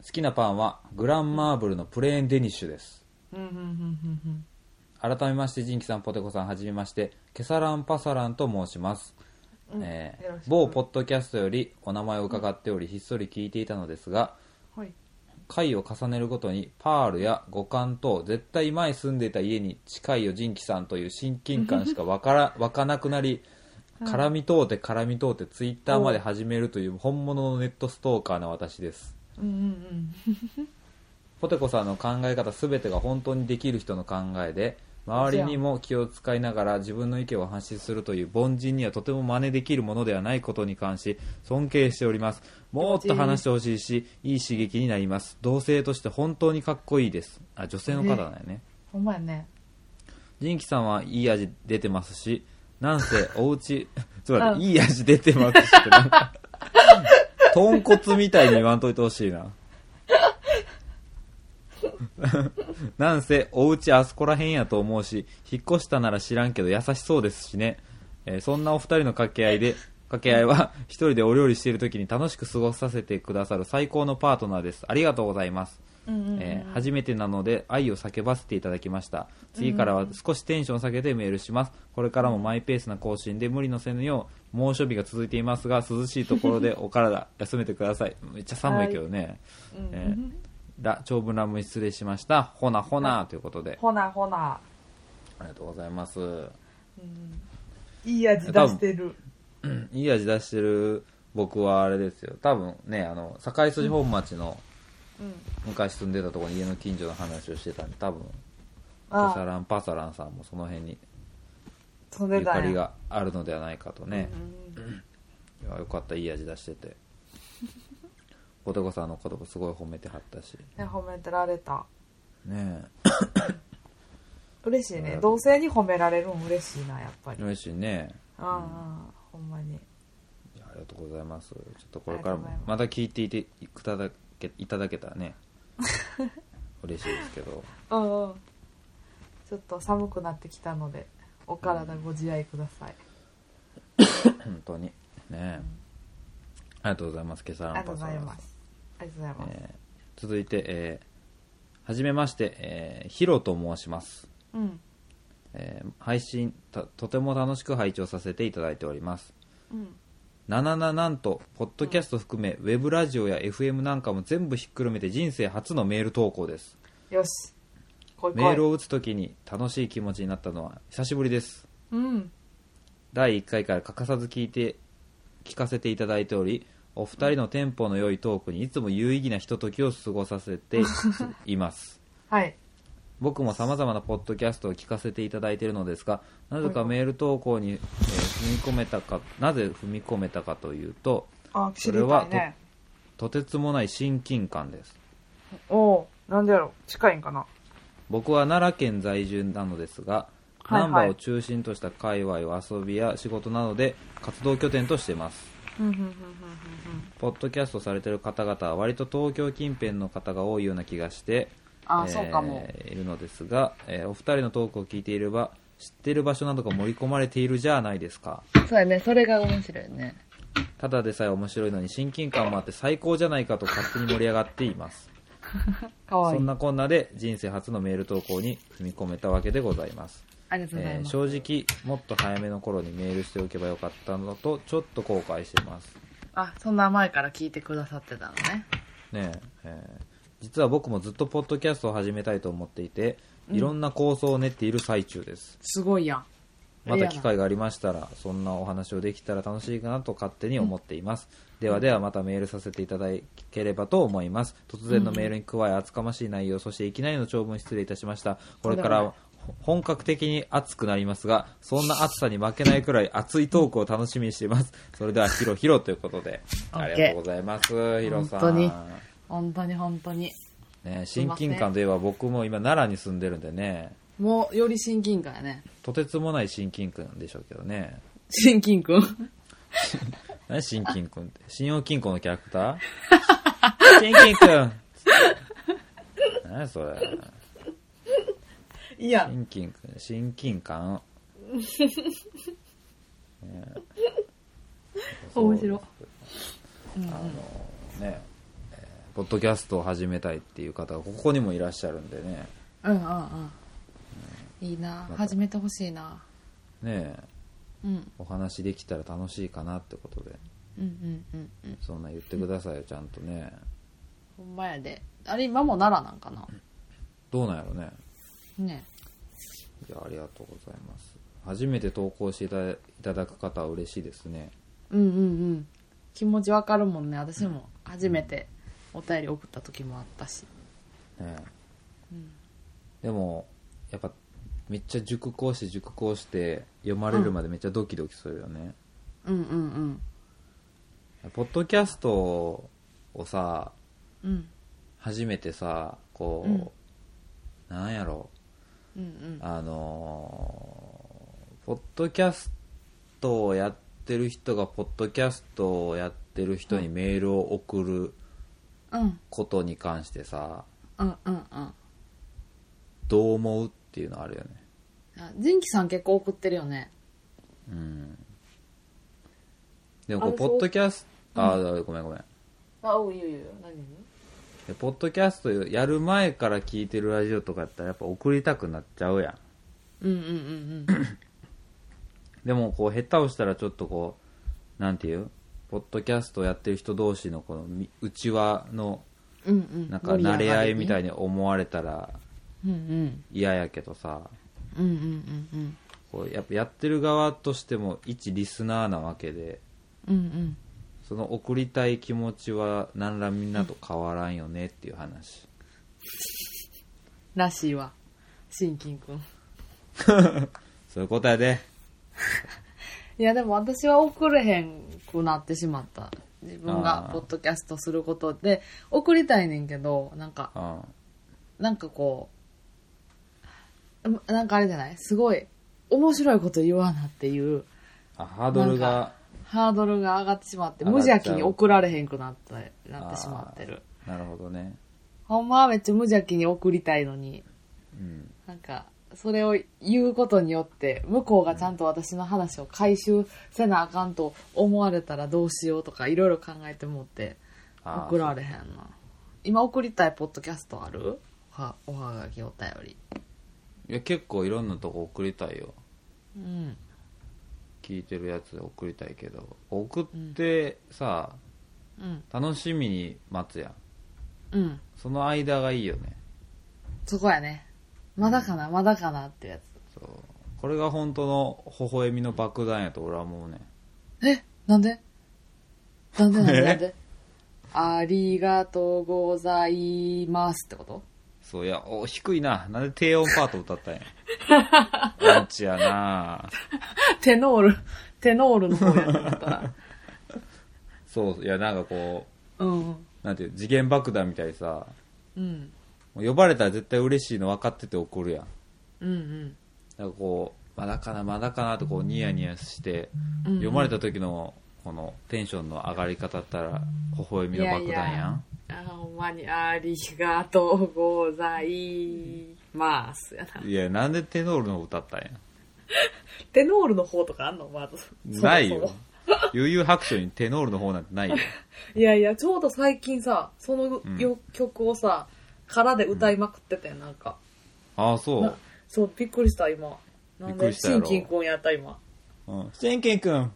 Speaker 1: 好きなパンは、グランマーブルのプレーンデニッシュです。
Speaker 2: うんうんうんうんうん。
Speaker 1: 改めまして、ジンキさん、ポテコさん、はじめまして、ケサランパサランと申します。
Speaker 2: うん
Speaker 1: えー
Speaker 2: よろしく
Speaker 1: 某ポッドキャストよりお名前を伺っており、ひっそり聞いていたのですが、
Speaker 2: はい。
Speaker 1: 回を重ねるごとにパールや五感等絶対前住んでいた家に近いよ仁キさんという親近感しかわ から湧かなくなり絡み通って絡み通ってツイッターまで始めるという本物のネットストーカーな私です
Speaker 2: うんうん
Speaker 1: ポテコさんの考え方全てが本当にできる人の考えで周りにも気を使いながら自分の意見を発信するという凡人にはとても真似できるものではないことに関し尊敬しておりますもっと話してほしいしいい刺激になります同性として本当にかっこいいですあ女性の方だよね
Speaker 2: うん。ほんまやね。
Speaker 1: ジンキさんはいい味出てますしなん せおうち ちょっと
Speaker 2: う
Speaker 1: 待っ
Speaker 2: ん
Speaker 1: ていい味出てますしってなんか豚骨みたいに言わんといてほしいな なんせおうちあそこらへんやと思うし引っ越したなら知らんけど優しそうですしね、えーそんなお二人の掛け合いで掛け合いは一人でお料理している時に楽しく過ごさせてくださる最高のパートナーですありがとうございます
Speaker 2: うんうんうん。
Speaker 1: えー初めてなので愛を叫ばせていただきました次からは少しテンションを下げてメールしますこれからもマイペースな更新で無理のせぬよう猛暑日が続いていますが涼しいところで お体休めてくださいめっちゃ寒いけどね、
Speaker 2: うんうんう
Speaker 1: えー
Speaker 2: ん
Speaker 1: ら長文乱文失礼しましたほなほなということで
Speaker 2: ほなほな。
Speaker 1: ありがとうございます、
Speaker 2: うんいい味出してる。
Speaker 1: うんいい味出してる僕はあれですよ多分ねあの堺筋本町の
Speaker 2: うん。
Speaker 1: 昔住んでたところに家の近所の話をしてたんで多分パサ
Speaker 2: ああ、
Speaker 1: ランパサランさんもその辺に
Speaker 2: それ
Speaker 1: ゆか
Speaker 2: だ
Speaker 1: り
Speaker 2: よ。
Speaker 1: があるのではないかとね、
Speaker 2: うんうん
Speaker 1: いやよかったいい味出してて ポテコさんのこともすごい褒めてはったし
Speaker 2: ね褒めてられた。
Speaker 1: ね
Speaker 2: 嬉しい
Speaker 1: う
Speaker 2: ね
Speaker 1: ん。
Speaker 2: 同性に褒められるん嬉しいな、やっぱ
Speaker 1: え
Speaker 2: り。うんうん。
Speaker 1: 嬉しいね
Speaker 2: ほんまに。
Speaker 1: いやありがとうございますちょっとこれからも
Speaker 2: ありがとうござい
Speaker 1: また聞いていていただけいただけたら ね嬉しいですけど
Speaker 2: うんうん。ちょっと寒くなってきたので、お体ご自愛ください。
Speaker 1: 本当にねえありがとうございます今朝
Speaker 2: あ
Speaker 1: の
Speaker 2: りがとう
Speaker 1: パサ
Speaker 2: ござい
Speaker 1: ラ
Speaker 2: ま
Speaker 1: ン
Speaker 2: す。ありがとうございます。
Speaker 1: えー続いてえーはじめまして、えーヒロと申します
Speaker 2: うん。
Speaker 1: えー配信たとても楽しく拝聴させていただいております
Speaker 2: うん。
Speaker 1: ななななんとポッドキャスト含め、ウェブラジオや FM なんかも全部ひっくるめて人生初のメール投稿です
Speaker 2: よし。来い来い。
Speaker 1: メールを打つ時に楽しい気持ちになったのは久しぶりです
Speaker 2: うん。
Speaker 1: 第1回から欠かさず聞いて聞かせていただいておりお二人のテンポの良いトークにいつも有意義なひとときを過ごさせています
Speaker 2: はい。
Speaker 1: 僕も様々なポッドキャストを聞かせていただいているのですがなぜかメール投稿に、えー踏み込めたかなぜ踏み込めたかというと
Speaker 2: あ、
Speaker 1: そ
Speaker 2: 知
Speaker 1: れ
Speaker 2: り
Speaker 1: は
Speaker 2: たいね。
Speaker 1: とてつもない親近感です
Speaker 2: おうなんでやろう近いんかな
Speaker 1: 僕は奈良県在住なのですが
Speaker 2: はいは
Speaker 1: 難
Speaker 2: い
Speaker 1: 波を中心とした界隈を遊びや仕事などで活動拠点としています
Speaker 2: うん、うん、うん、うん、
Speaker 1: ポッドキャストされてる方々は割と東京近辺の方が多いような気がして
Speaker 2: あ、
Speaker 1: えー
Speaker 2: そうかも。
Speaker 1: いるのですが、えーお二人のトークを聞いていれば知ってる場所などが盛り込まれているじゃないですか
Speaker 3: そうやね、それが面白いね。
Speaker 1: ただでさえ面白いのに親近感もあって最高じゃないかと勝手に盛り上がってい ます
Speaker 2: かわい
Speaker 1: そん
Speaker 2: い。
Speaker 1: なこんなで人生初のメール投稿に踏み込めたわけでございます
Speaker 3: ありがとうござい
Speaker 1: えー
Speaker 3: ます。
Speaker 1: 正直もっと早めの頃にメールしておけばよかったのとちょっと後悔してます
Speaker 3: あ、そんな前から聞いてくださってたのね。
Speaker 1: ねええー実は僕もずっとポッドキャストを始めたいと思っていていろんな構想を練っている最中です、
Speaker 3: すごいやん。
Speaker 1: また機会がありましたらそんなお話をできたら楽しいかなと勝手に思っています、ではではまたメールさせていただければと思います突然のメールに加え厚かましい内容そしていきなりの長文失礼いたしましたこれからは本格的に暑くなりますがそんな暑さに負けないくらい熱いトークを楽しみにしていますそれではヒロヒロということで
Speaker 3: OK
Speaker 1: ありがとうございますヒロさん
Speaker 3: 本当に本当に本当に。
Speaker 1: ね、親近感といえば僕も今奈良に住んでるんでね
Speaker 3: もう、より親近感やね。
Speaker 1: とてつもない親近感でしょうけどね
Speaker 3: 親近感
Speaker 1: 何新金君って。信用金庫のキャラク ター新金君何それ。
Speaker 2: いいやん。
Speaker 1: 新金君、新金感。そう
Speaker 3: 面白うんう
Speaker 1: あの
Speaker 3: ん
Speaker 1: ね、えーポッドキャストを始めたいっていう方がここにもいらっしゃるんでね
Speaker 3: うんうんうんいいな
Speaker 1: た
Speaker 3: 始めてほしいな
Speaker 1: ねえ
Speaker 3: うん
Speaker 1: お話できたら楽しいかなってことで
Speaker 3: うんうんうんうん
Speaker 1: そんな言ってくださいよちゃんとね
Speaker 3: ほんまやであれ今も奈良なんかな
Speaker 1: どうなんやろね
Speaker 3: ね
Speaker 1: いやありがとうございます初めて投稿していたいただく方は嬉しいですね
Speaker 3: うんうんうん気持ちわかるもんね私も初めてお便り送った時もあったし
Speaker 1: ね
Speaker 3: うん
Speaker 1: でもやっぱめっちゃ熟考して熟考して読まれるまでめっちゃドキドキするよね、
Speaker 3: うんうん
Speaker 1: ポッドキャストをさ
Speaker 3: うんうん
Speaker 1: 初めてさこう、
Speaker 3: うん
Speaker 1: なんやろ
Speaker 3: うんうん
Speaker 1: あのーポッドキャストをやってる人がポッドキャストをやってる人にメールを送る
Speaker 3: うん
Speaker 1: ことに関してさ
Speaker 3: うんうんうん
Speaker 1: どう思うっていうのあるよね
Speaker 3: あジンキさん結構送ってるよね
Speaker 1: うんでもこ
Speaker 2: あ
Speaker 1: う
Speaker 2: れ
Speaker 1: ポッドキャストあーごめんごめん
Speaker 2: あ、おう、言う言う。何
Speaker 1: でポッドキャストやる前から聞いてるラジオとかやったらやっぱ送りたくなっちゃうやん
Speaker 3: うんうんうんうん
Speaker 1: でもこう下手をしたらちょっとこうなんていうポッドキャストをやってる人同士のこのみ内輪の
Speaker 3: うんうん
Speaker 1: なんか慣れ合いみたい
Speaker 3: な
Speaker 1: に思われたら
Speaker 3: うんうん
Speaker 1: 嫌やけどさ
Speaker 3: うんうんうん
Speaker 1: こうやっぱやってる側としても一リスナーなわけで
Speaker 3: うんうん
Speaker 1: その送りたい気持ちは何らみんなと変わらんよねっていう話
Speaker 3: らしいわシンキンくん
Speaker 1: そういうことやで
Speaker 3: いやでも私は送れへんくなってしまった自分
Speaker 1: あ
Speaker 3: が
Speaker 1: ー
Speaker 3: ポッドキャストすることで送りたいねんけどなんか
Speaker 1: うん
Speaker 3: なんかこううんなんかあれじゃないすごい面白いこと言わなっていう
Speaker 1: あハードル
Speaker 3: なん
Speaker 1: が
Speaker 3: ハードルが上がってしまって
Speaker 1: 上
Speaker 3: 無
Speaker 1: がっちゃう
Speaker 3: 邪気に送られへんくなってなってしまってる
Speaker 1: なるほどね
Speaker 3: ほんまはめっちゃ無邪気に送りたいのに
Speaker 1: うん
Speaker 3: なんか、それを言うことによって、向こうがちゃんと私の話を回収せなあかんと思われたらどうしようとか、いろいろ考えてもって、
Speaker 1: あー
Speaker 3: 送られへんな。今送りたいポッドキャストあるはおはがきお便り。
Speaker 1: いや結構いろんなとこ送りたいよ
Speaker 3: うん。
Speaker 1: 聞いてるやつ送りたいけど送ってさ、
Speaker 3: うん。
Speaker 1: 楽しみに待つやん
Speaker 3: うん。
Speaker 1: その間がいいよね
Speaker 3: そこやね。まだかな、まだかなってや
Speaker 1: そうこれが本当の微笑みの爆弾やと俺は思うね
Speaker 3: つ。えなんでなんでなんで
Speaker 1: え
Speaker 3: なんでありがとうございますってこと
Speaker 1: そういやお低いななんで低音パート歌ったんやアンチやな
Speaker 3: テノール、テノールの方やと思ったら。
Speaker 1: そういやなんかこ
Speaker 3: うん。
Speaker 1: うなんていう次元爆弾みたいにさ
Speaker 3: うん。
Speaker 1: もう呼ばれたら絶対嬉しいの分かってて送るやん
Speaker 3: うんうん。
Speaker 1: なんかこうまだかなまだかなとこうニヤニヤして、
Speaker 3: うん
Speaker 1: 読まれた時のこのテンションの上がり方ったら微笑みの爆弾やん
Speaker 3: あほんまにありがとうございます。やな。
Speaker 1: いや、なんでテノールの歌ったんや。
Speaker 3: テノールの方とかあんのまず。
Speaker 1: ない
Speaker 3: そも
Speaker 1: よ
Speaker 3: そも。
Speaker 1: 悠々白書にテノールの方なんてないよ。
Speaker 3: いやいや、ちょうど最近さ、その
Speaker 1: ん
Speaker 3: よ、曲をさ、空で歌いまくってたよ、なんか。
Speaker 1: ああ、そう
Speaker 3: な。そう、びっくりした、今。なん
Speaker 1: びっく
Speaker 3: で、
Speaker 1: りした
Speaker 3: シ
Speaker 1: や
Speaker 3: ン
Speaker 1: ろ
Speaker 3: キンコンやった、今。
Speaker 1: うん。シンケン君。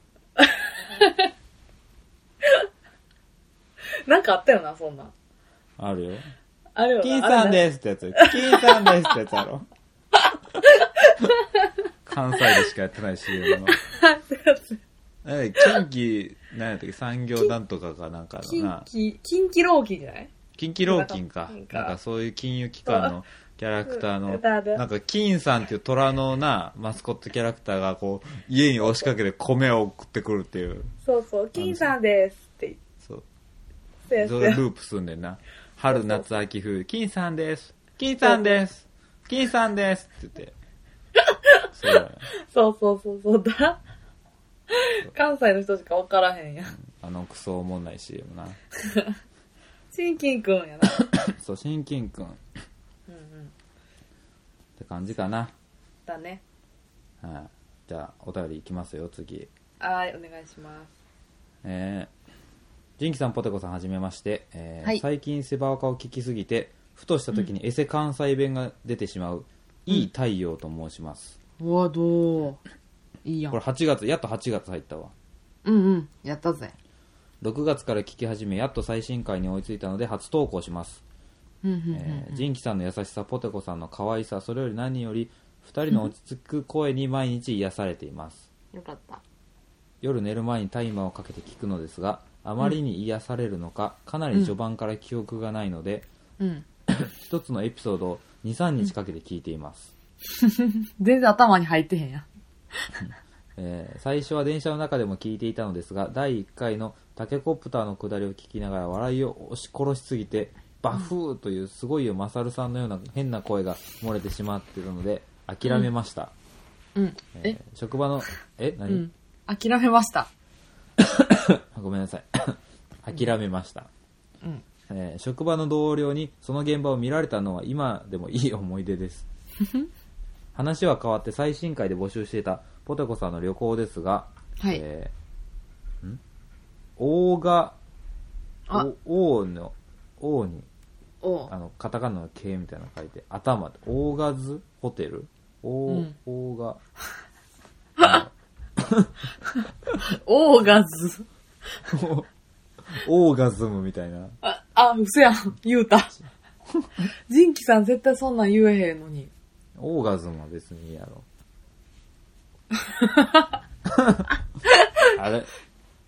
Speaker 3: なんかあったよな、そんなん。
Speaker 1: あるよ。
Speaker 3: あれよな。
Speaker 1: 金さん
Speaker 3: あれ
Speaker 1: ですってや つ。金さんですってやつやろ。 関西でしかやってない CM の。 え、近畿、何やったっけ産業なんとかかなんかの
Speaker 3: な。
Speaker 1: な。
Speaker 3: 近畿、近畿老期じゃない
Speaker 1: 近畿老金か。
Speaker 3: なんか
Speaker 1: なんかそういう金融機関のキャラクター
Speaker 3: う
Speaker 1: の
Speaker 3: んだだ、
Speaker 1: なんか金さんっていう虎のな、マスコットキャラクターがこう、家に押しかけて米を送ってくるっていう。
Speaker 3: そうそう、金さんですって
Speaker 1: そう。
Speaker 3: 言って
Speaker 1: そ
Speaker 3: た
Speaker 1: れ
Speaker 3: や
Speaker 1: が
Speaker 3: つ。
Speaker 1: ループすんねんな。春、夏、秋、冬。金さんです。金さんです。金さんですって言って。そう。
Speaker 3: そうそうそうそうだ。関西の人しか分からへんやん。
Speaker 1: あのクソおもんない CM な。
Speaker 3: シンキンくんやな。
Speaker 1: そう、シンキンくんっ
Speaker 3: うんうん。
Speaker 1: て感じかな。
Speaker 3: だね。
Speaker 1: はい。じゃあお便りいきますよ次
Speaker 3: はい、お願いします。
Speaker 1: えー、ジンキさんポテコさんはじめまして、えー
Speaker 3: はい
Speaker 1: 最近セバワカを聞きすぎてふとした時にエセ関西弁が出てしまう、いい太陽と申します
Speaker 3: うわ、どういいやん
Speaker 1: これ。8月やっと8月入ったわ
Speaker 3: うんうん、やったぜ。
Speaker 1: 6月から聞き始めやっと最新回に追いついたので初投稿します、
Speaker 3: うんうんうん
Speaker 1: えー、ジンキさんの優しさポテコさんの可愛さそれより何より2人の落ち着く声に毎日癒されています
Speaker 3: よかった。
Speaker 1: 夜寝る前にタイマーをかけて聞くのですがあまりに癒されるのかかなり序盤から記憶がないので、
Speaker 3: うん。
Speaker 1: 一つのエピソードを23日かけて聞いています、
Speaker 3: 全然頭に入ってへんやん。
Speaker 1: えー最初は電車の中でも聞いていたのですが第1回のタケコプターの下りを聞きながら笑いを押し殺しすぎてバフーというすごいよマサルさんのような変な声が漏れてしまっていたので諦めました、
Speaker 3: うん。
Speaker 1: えー
Speaker 3: え、
Speaker 1: 職場のえ何、
Speaker 3: うん。諦めました。
Speaker 1: ごめんなさい 諦めました、
Speaker 3: うん。
Speaker 1: えー職場の同僚にその現場を見られたのは今でもいい思い出 です話は変わって最新回で募集していたポテコさんの旅行ですが、
Speaker 3: はい。
Speaker 1: えーん王が
Speaker 3: あ
Speaker 1: お王の王に
Speaker 3: おう
Speaker 1: あのカタカナの「K」みたいなの書いて頭でオーガズホテルオ
Speaker 3: う
Speaker 1: ー
Speaker 3: ん
Speaker 1: オーガ
Speaker 3: オーガズ。
Speaker 1: オーガズムみたいな
Speaker 3: あ、あ、嘘やん。言うた。ジンキさん絶対そんなん言えへんのに。
Speaker 1: オーガズムは別にいいや ろあれ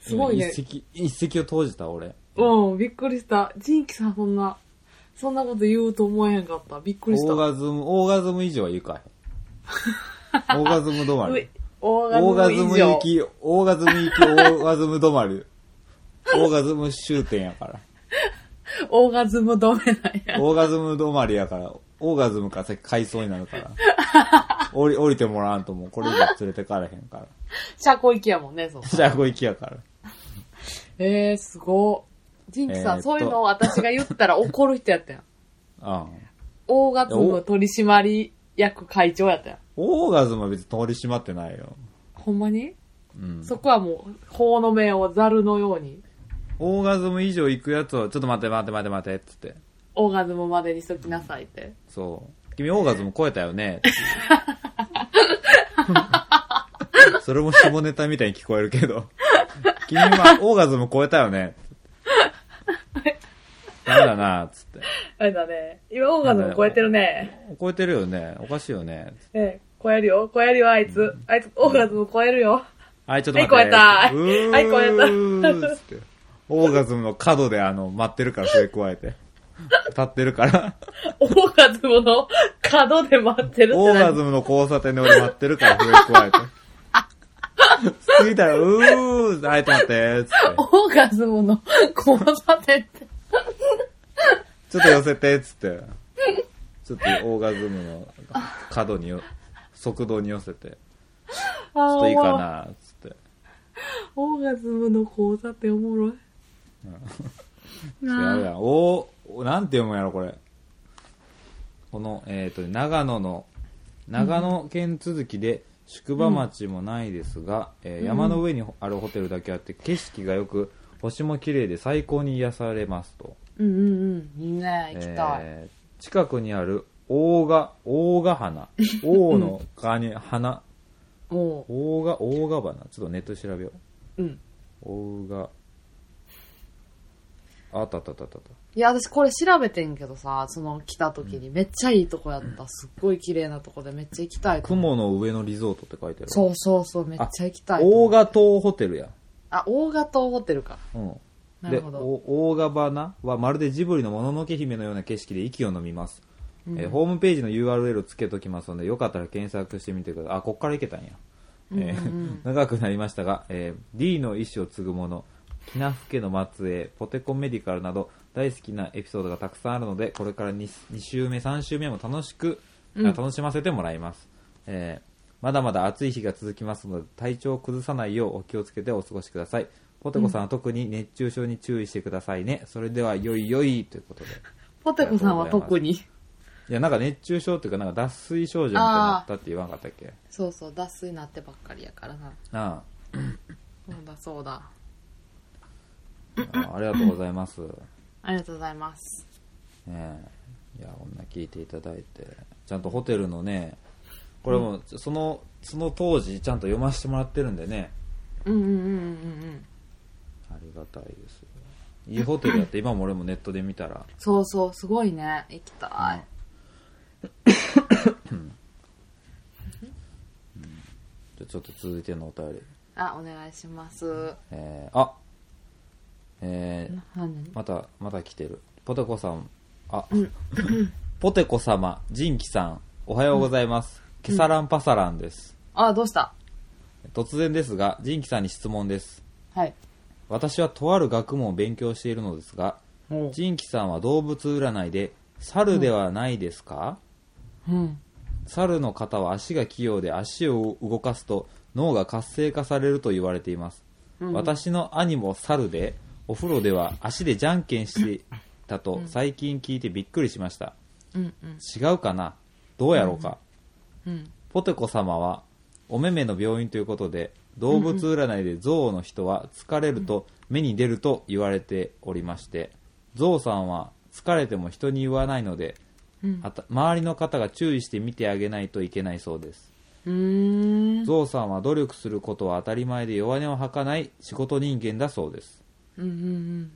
Speaker 3: すごいね
Speaker 1: 今一石一石を投じた俺
Speaker 3: うん、びっくりした。ジンキさんそんな、そんなこと言うと思えへんかった。びっく
Speaker 1: オ
Speaker 3: りした。
Speaker 1: ーガズムオーガズム以上はい かへんオーガズム止まり
Speaker 3: うオ
Speaker 1: オー
Speaker 3: ーガ
Speaker 1: ガ
Speaker 3: ズ
Speaker 1: ズ
Speaker 3: ム
Speaker 1: ム
Speaker 3: 以上
Speaker 1: 行。き、オーガズム行き、オーガズム止まる。オーガズム終点やから。
Speaker 3: オーガズム止めないや。
Speaker 1: オーガズム止まりやから、オーガズムから先回想になるから。降り、降りてもらわんともうこれ以上連れてかれへんから。
Speaker 3: 車庫行きやもんね、そう。
Speaker 1: じゃあこ行きやから。
Speaker 3: えー、すごい。ジンキ
Speaker 1: えー
Speaker 3: さん、
Speaker 1: っと
Speaker 3: そういうのを私が言ったら怒る人やったやん。
Speaker 1: うん。
Speaker 3: 大ガズム取締役会長やったやん。
Speaker 1: オーガズムは別に通り締まってないよ。
Speaker 3: ほんまに、
Speaker 1: うん。
Speaker 3: そこはもう、法の目をざるのように、
Speaker 1: オーガズム以上行くやつは、ちょっと待って待って待って待って、っつって。
Speaker 3: オーガズムまでにしときなさいって。
Speaker 1: そう。君オーガズム超えたよ ね。それも下ネタみたいに聞こえるけど。君はオーガズム超えたよね。なんだな、つって。
Speaker 3: あれだね。今、オーガズム超えてるね。
Speaker 1: 超えてるよね。おかしいよね。
Speaker 3: ええ、超えるよ。超えるよ、あいつ。あいつ、オーガズム超えるよ。
Speaker 1: はい、ちょっと待って。
Speaker 3: はい超えた
Speaker 1: うー
Speaker 3: はい超えた
Speaker 1: つって。オーガズムの角で、あの、待ってるから、それ加えて。立ってるから。
Speaker 3: オーガズムの角で待ってるって
Speaker 1: オーガ
Speaker 3: 何
Speaker 1: ズムの交差点で俺待ってるから、それ加えて。着いたら、うーはい、ちょっと待って、つって。
Speaker 3: オーガズムの交差点って。
Speaker 1: ちょっと寄せて、っつって。ちょっとオーガズムの角によ、速度に寄せて。ち
Speaker 3: ち
Speaker 1: ょっといいかな、っつって。
Speaker 3: オーガズムの交差点おもろい。
Speaker 1: ちょっとやるやん。おおなんて読むんやろ、これ。この、えっ、と、長野の、長野県続きで、宿場町もないですが、えー山の上にあるホテルだけあって、景色が良く、星も綺麗で最高に癒されますと。
Speaker 3: うんうんうん。いいね、行きたい。
Speaker 1: えー近くにある、大賀、大賀 花。王のガに花。
Speaker 3: も
Speaker 1: 大賀、大賀花。ちょっとネットで調べよ
Speaker 3: う、う
Speaker 1: う。
Speaker 3: ん。
Speaker 1: 大賀。あったあったあったあった。
Speaker 3: いや、私これ調べてんけどさ、その来た時にめっちゃいいとこやった。すっごい綺麗なとこでめっちゃ行きたいと思う。
Speaker 1: 雲の上のリゾートって書いてある。
Speaker 3: そうそうそう、めっちゃ行きたいと思
Speaker 1: 大
Speaker 3: う。
Speaker 1: 賀島ホテルや。
Speaker 3: あ、大賀島ホテルか。
Speaker 1: うん。
Speaker 3: な
Speaker 1: で、
Speaker 3: るほど。
Speaker 1: お大賀花はまるでジブリのもののけ姫のような景色で息を飲みます。えーホームページの URL をつけときますので、よかったら検索してみてください。あ、こっからいけたんや。えー 長くなりましたが、えー D の意思を継ぐもの、キナフケの末裔、ポテコメディカルなど、大好きなエピソードがたくさんあるので、これから 2, 二週目、3週目も楽しく、あ楽しませてもらいます。えーまだまだ暑い日が続きますので、体調を崩さないようお気をつけてお過ごしください。ポテコさんは特に熱中症に注意してくださいね。それでは、よいよいということで。
Speaker 3: ポテコさんは特に。
Speaker 1: いやなんか熱中症っていうかなんか脱水症状みたいになったって言わなかったっけ
Speaker 3: そうそう脱水になってばっかりやからな
Speaker 1: あ
Speaker 3: そうだそうだ
Speaker 1: ああありがとうございます、ね
Speaker 3: ありがとうございます
Speaker 1: えいやこんな聞いていただいてちゃんとホテルのねこれもそのその当時ちゃんと読ませてもらってるんでね
Speaker 3: うんうんうんうんうん
Speaker 1: ありがたいですいいホテルやって今も俺もネットで見たら
Speaker 3: そうそうすごいね行きたい、
Speaker 1: じゃあちょっと続いてのお便り
Speaker 3: あお願いします
Speaker 1: えー、あえー、
Speaker 3: 何
Speaker 1: またまた来てるポテコさんあ ポテコ様ジンキさんおはようございます、ケサランパサランです
Speaker 3: あどうした
Speaker 1: 突然ですがジンキさんに質問です
Speaker 3: はい
Speaker 1: 私はとある学問を勉強しているのですが
Speaker 3: う
Speaker 1: ジンキさんは動物占いで猿ではないですか、
Speaker 3: ん
Speaker 1: 猿の方は足が器用で足を動かすと脳が活性化されると言われています、私の兄も猿でお風呂では足でじゃんけんしてたと最近聞いてびっくりしました、
Speaker 3: うんうん
Speaker 1: 違うかなどうやろうか、
Speaker 3: うん
Speaker 1: ポテコ様はお目目の病院ということで動物占いで象の人は疲れると目に出ると言われておりまして象さんは疲れても人に言わないので、あた周りの方が注意して見てあげないといけないそうです
Speaker 3: うーん
Speaker 1: 象さんは努力することは当たり前で弱音を吐かない仕事人間だそうです
Speaker 3: うんうん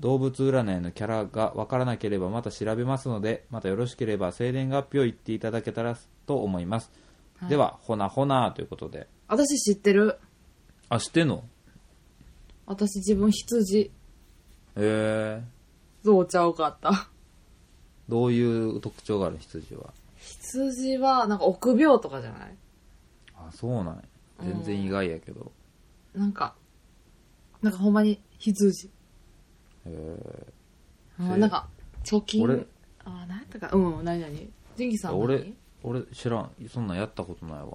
Speaker 1: 動物占いのキャラがわからなければまた調べますのでまたよろしければ生年月日を言っていただけたらと思います、ではほなほなということで
Speaker 3: 私知ってる
Speaker 1: あ知ってんの
Speaker 3: 私自分羊
Speaker 1: へえ
Speaker 3: 象ちゃうかった
Speaker 1: どういう特徴がある羊は
Speaker 3: 羊はなんか臆病とかじゃない
Speaker 1: あそうなんや全然意外やけど、
Speaker 3: なんかなんかほんまに羊あー
Speaker 1: え
Speaker 3: なんか貯金
Speaker 1: 俺
Speaker 3: あーなんとかうん何何ジンギさん
Speaker 1: 俺
Speaker 3: 何
Speaker 1: 俺知らんそんなんやったことないわ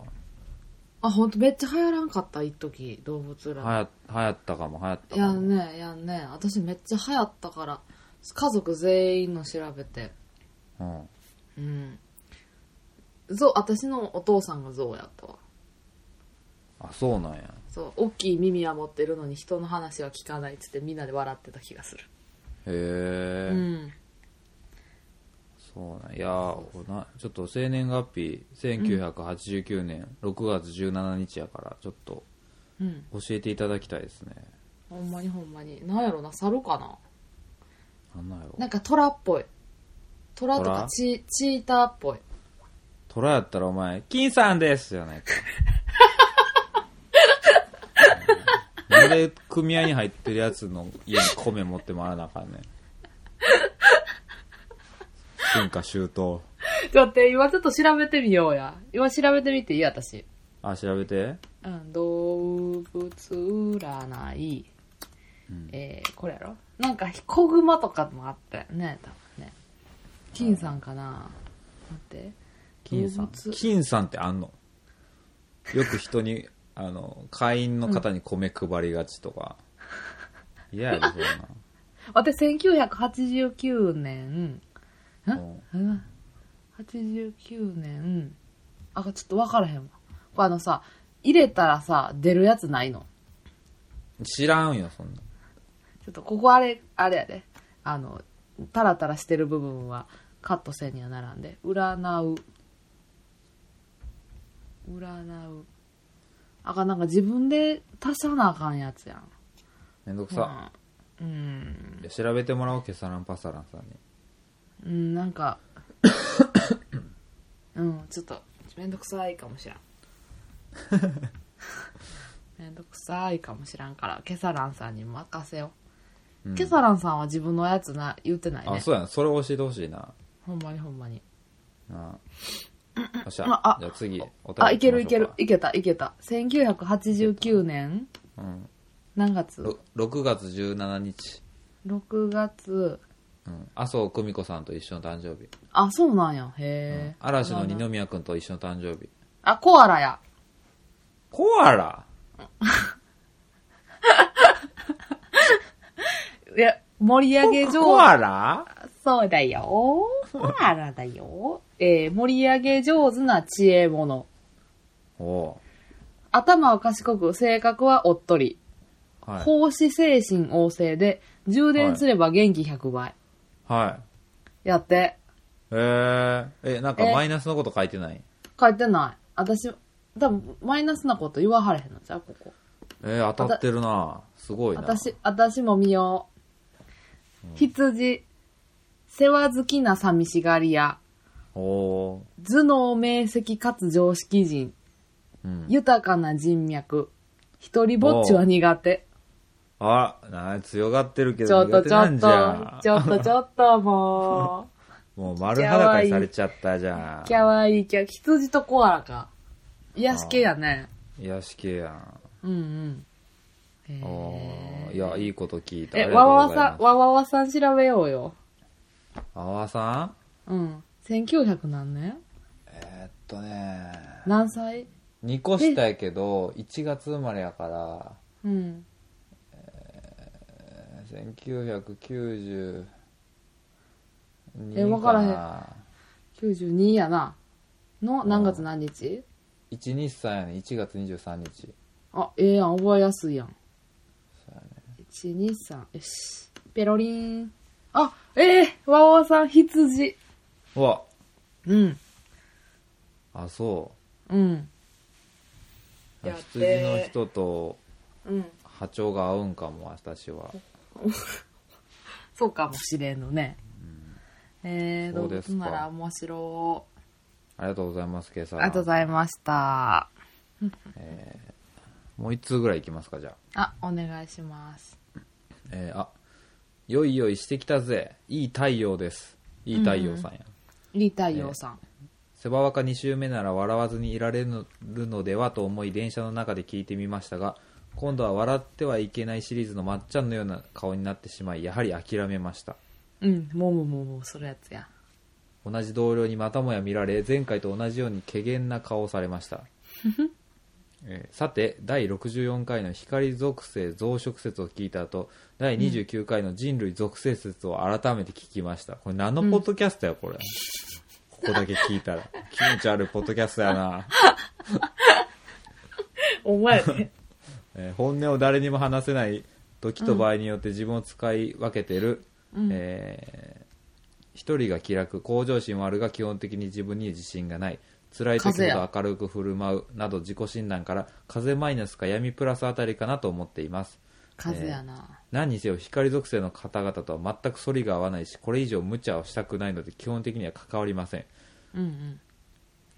Speaker 3: あ本当めっちゃ流行らんかった一時動物占い
Speaker 1: はや流行ったかも流行った
Speaker 3: や
Speaker 1: か
Speaker 3: ん
Speaker 1: も
Speaker 3: ねやんね私めっちゃ流行ったから家族全員の調べて
Speaker 1: うん
Speaker 3: うんゾウ私のお父さんがゾウやったわ
Speaker 1: あそうなんや
Speaker 3: そう大きい耳は持ってるのに人の話は聞かないっつってみんなで笑ってた気がする
Speaker 1: へえ、
Speaker 3: うん
Speaker 1: そうなんいやー俺なちょっと生年月日1989年6月17日やからちょっと
Speaker 3: うん
Speaker 1: 教えていただきたいですね
Speaker 3: ほんまにほんまになんやろな猿かな
Speaker 1: なんなんやろ
Speaker 3: なんか虎っぽい虎とか
Speaker 1: 虎
Speaker 3: チチーターっぽい
Speaker 1: 虎やったらお前金さんですじゃ ないかなんで組合に入ってるやつの家に米持って回らなあか んねん春夏秋冬
Speaker 3: だって今ちょっと調べてみようや今調べてみていい私
Speaker 1: あ調べて
Speaker 3: うん動物占い、えー、これやろなんかヒコグマとかもあったよね多分ね金さんかな待って
Speaker 1: 金さん
Speaker 3: 動物
Speaker 1: 金さんってあんのよく人に あの会員の方に米配りがちとか嫌、やでそんなん
Speaker 3: 私1989年ん
Speaker 1: うん
Speaker 3: うん89年あちょっと分からへんわこれあのさ入れたらさ出るやつないの
Speaker 1: 知らんよそんな
Speaker 3: ちょっとここあれあれやであのタラタラしてる部分はカットせんにはならんで占う占うあかんなんか自分で足さなあかんやつやん
Speaker 1: めんどくさ、
Speaker 3: うん
Speaker 1: いや調べてもらおうケサランパサランさんに
Speaker 3: うんなん かうんちょっとめんどくさいかもしら んめんどくさいかもしらんからケサランさんに任せよう、ケサランさんは自分のやつな言ってない
Speaker 1: あ
Speaker 3: ね
Speaker 1: そうやなそれ教えてほしいな
Speaker 3: ほんまにほんまに
Speaker 1: あよっしゃ
Speaker 3: ああ
Speaker 1: じゃあ次お便
Speaker 3: あ
Speaker 1: り行き
Speaker 3: いけ
Speaker 1: ま
Speaker 3: る
Speaker 1: しょうか
Speaker 3: いけるいけたいけた1989年
Speaker 1: うん
Speaker 3: 何月
Speaker 1: ろ6月17日、
Speaker 3: 6月
Speaker 1: うん、麻生久美子さんと一緒の誕生日、
Speaker 3: あそうなんや
Speaker 1: うん
Speaker 3: へえ、
Speaker 1: 嵐の二宮君と一緒の誕生日
Speaker 3: あコアラや
Speaker 1: コアラ
Speaker 3: いや盛り上げ上
Speaker 1: コアラ
Speaker 3: そうだよ。あらだよ。えー盛り上げ上手な知恵者。
Speaker 1: お
Speaker 3: 頭は賢く、性格はおっとり。
Speaker 1: ーはい。
Speaker 3: 奉仕精神旺盛で、充電すれば元気100倍。
Speaker 1: はい。
Speaker 3: やって。
Speaker 1: えー、え、なんか
Speaker 3: え
Speaker 1: マイナスのこと書いてない
Speaker 3: 書いてない。私、多分、マイナスなこと言わはれへんのじゃう、ここ。
Speaker 1: えー、当たってるなすごいな。
Speaker 3: 私、私も見よう。羊、世話好きな寂しがり屋、
Speaker 1: おー。
Speaker 3: 頭脳明晰かつ常識人、
Speaker 1: うん。
Speaker 3: 豊かな人脈、一人ぼっちは苦手。
Speaker 1: あら、な強がってるけ
Speaker 3: ちょ
Speaker 1: ど
Speaker 3: っ
Speaker 1: 苦
Speaker 3: とち
Speaker 1: 手
Speaker 3: ょ
Speaker 1: な
Speaker 3: っ
Speaker 1: んじゃ
Speaker 3: と、ちょっ とちょっとも
Speaker 1: もう丸裸にされちゃったじゃん
Speaker 3: う。。キャワイイキャ、羊とコアラか。癒し系やね。
Speaker 1: 癒し系やん。
Speaker 3: うんうん。へ
Speaker 1: お
Speaker 3: ー
Speaker 1: ーいや、いいこと聞いた。
Speaker 3: え、
Speaker 1: ありが
Speaker 3: わ
Speaker 1: とう
Speaker 3: わわ
Speaker 1: ございま
Speaker 3: さ
Speaker 1: す
Speaker 3: ん、わわわさん調べようよ。
Speaker 1: あわさん
Speaker 3: うん。1900何年
Speaker 1: えーっとね
Speaker 3: 何歳
Speaker 1: 2個下やけど1月生まれやから
Speaker 3: うん。
Speaker 1: えー1992
Speaker 3: えわからへん92やな。の、何月何日
Speaker 1: 123やね1月23日
Speaker 3: あ、ええやん、覚えやすいやん。1、2、3、よし。ペロリーン。あ、ええわわわさん、羊。
Speaker 1: うわ
Speaker 3: うん、
Speaker 1: あそ
Speaker 3: うん、
Speaker 1: う
Speaker 2: やっ
Speaker 1: 羊の
Speaker 2: て
Speaker 1: 人と
Speaker 3: うん。
Speaker 1: 波長が合うんかも私は
Speaker 3: そうかもしれんのね。ええ
Speaker 1: そ
Speaker 3: 動
Speaker 1: うで
Speaker 3: 物
Speaker 1: すか
Speaker 3: なら面白い。
Speaker 1: ありがとうございます今朝
Speaker 3: ありがとうございました。
Speaker 1: もう1通ぐらいいきますかじゃあ
Speaker 3: あ、お願いします。
Speaker 1: えーあよいよいしてきたぜいい太陽ですいい太陽さんや、
Speaker 3: リタイヨさん。
Speaker 1: セバワカ2周目なら笑わずにいられるのではと思い電車の中で聞いてみましたが今度は笑ってはいけないシリーズのまっちゃんのような顔になってしまいやはり諦めました
Speaker 3: うん、もうもうもうもう、それやつ や。
Speaker 1: 同じ同僚にまたもや見られ前回と同じように怪げな顔をされました、えーさて第64回の光属性増殖説を聞いた後第29回の人類属性説を改めて聞きましたこれ何のポッドキャストやこれ、ここだけ聞いたら気持ち悪いポッドキャストやな
Speaker 3: お前ね。
Speaker 1: えー本音を誰にも話せない時と場合によって自分を使い分けてる、えー一人が気楽向上心はあるが基本的に自分に自信がない辛い時
Speaker 3: 風
Speaker 1: ほ
Speaker 3: や
Speaker 1: ど明るく振る舞うなど自己診断から風マイナスか闇プラスあたりかなと思っています
Speaker 3: 数やな。
Speaker 1: 何にせよ光属性の方々とは全く反りが合わないしこれ以上無茶をしたくないので基本的には関わりません
Speaker 3: うんうん。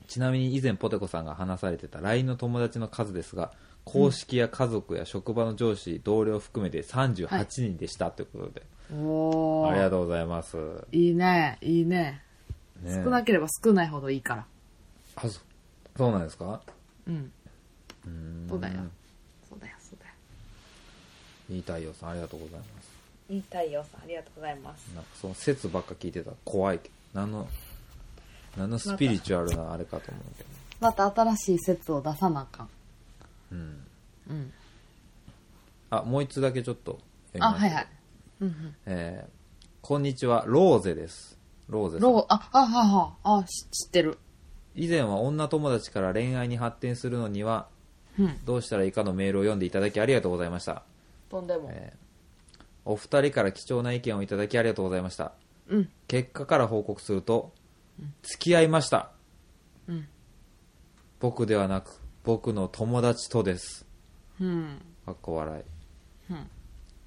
Speaker 1: ちなみに以前ポテコさんが話されてた LINE の友達の数ですが公式や家族や職場の上司、同僚含めて38人でしたということで、
Speaker 3: おー。
Speaker 1: ありがとうございます、
Speaker 3: いいね、いいね。
Speaker 1: ね
Speaker 3: 少なければ少ないほどいいから。
Speaker 1: あそそうなんですか
Speaker 3: うん。
Speaker 1: うん
Speaker 3: そうだよ。そうだよ、そうだよ。
Speaker 1: いい太陽さんありがとうございます
Speaker 3: いい太陽さん、ありがとうございます。
Speaker 1: なんかその説ばっか聞いてたら怖いけど何の何のスピリチュアルなあれかと思うけど、
Speaker 3: また新しい説を出さなあかん。
Speaker 1: うん、
Speaker 3: うん。
Speaker 1: あもう一つだけちょっと読み
Speaker 3: あ、
Speaker 1: ます
Speaker 3: はいはい。うんうん。
Speaker 1: えーこんにちはローゼですローゼさん
Speaker 3: ロー、あ、あ、はいはい。あ、し知ってる。
Speaker 1: 以前は女友達から恋愛に発展するのには
Speaker 3: うん。
Speaker 1: どうしたらいいかのメールを読んでいただきありがとうございました、
Speaker 3: とんでも。
Speaker 1: えーお二人から貴重な意見をいただきありがとうございました
Speaker 3: うん。
Speaker 1: 結果から報告すると付き合いました、
Speaker 3: うん
Speaker 1: 僕ではなく僕の友達とです
Speaker 3: うん。
Speaker 1: かっこ笑い
Speaker 3: うん。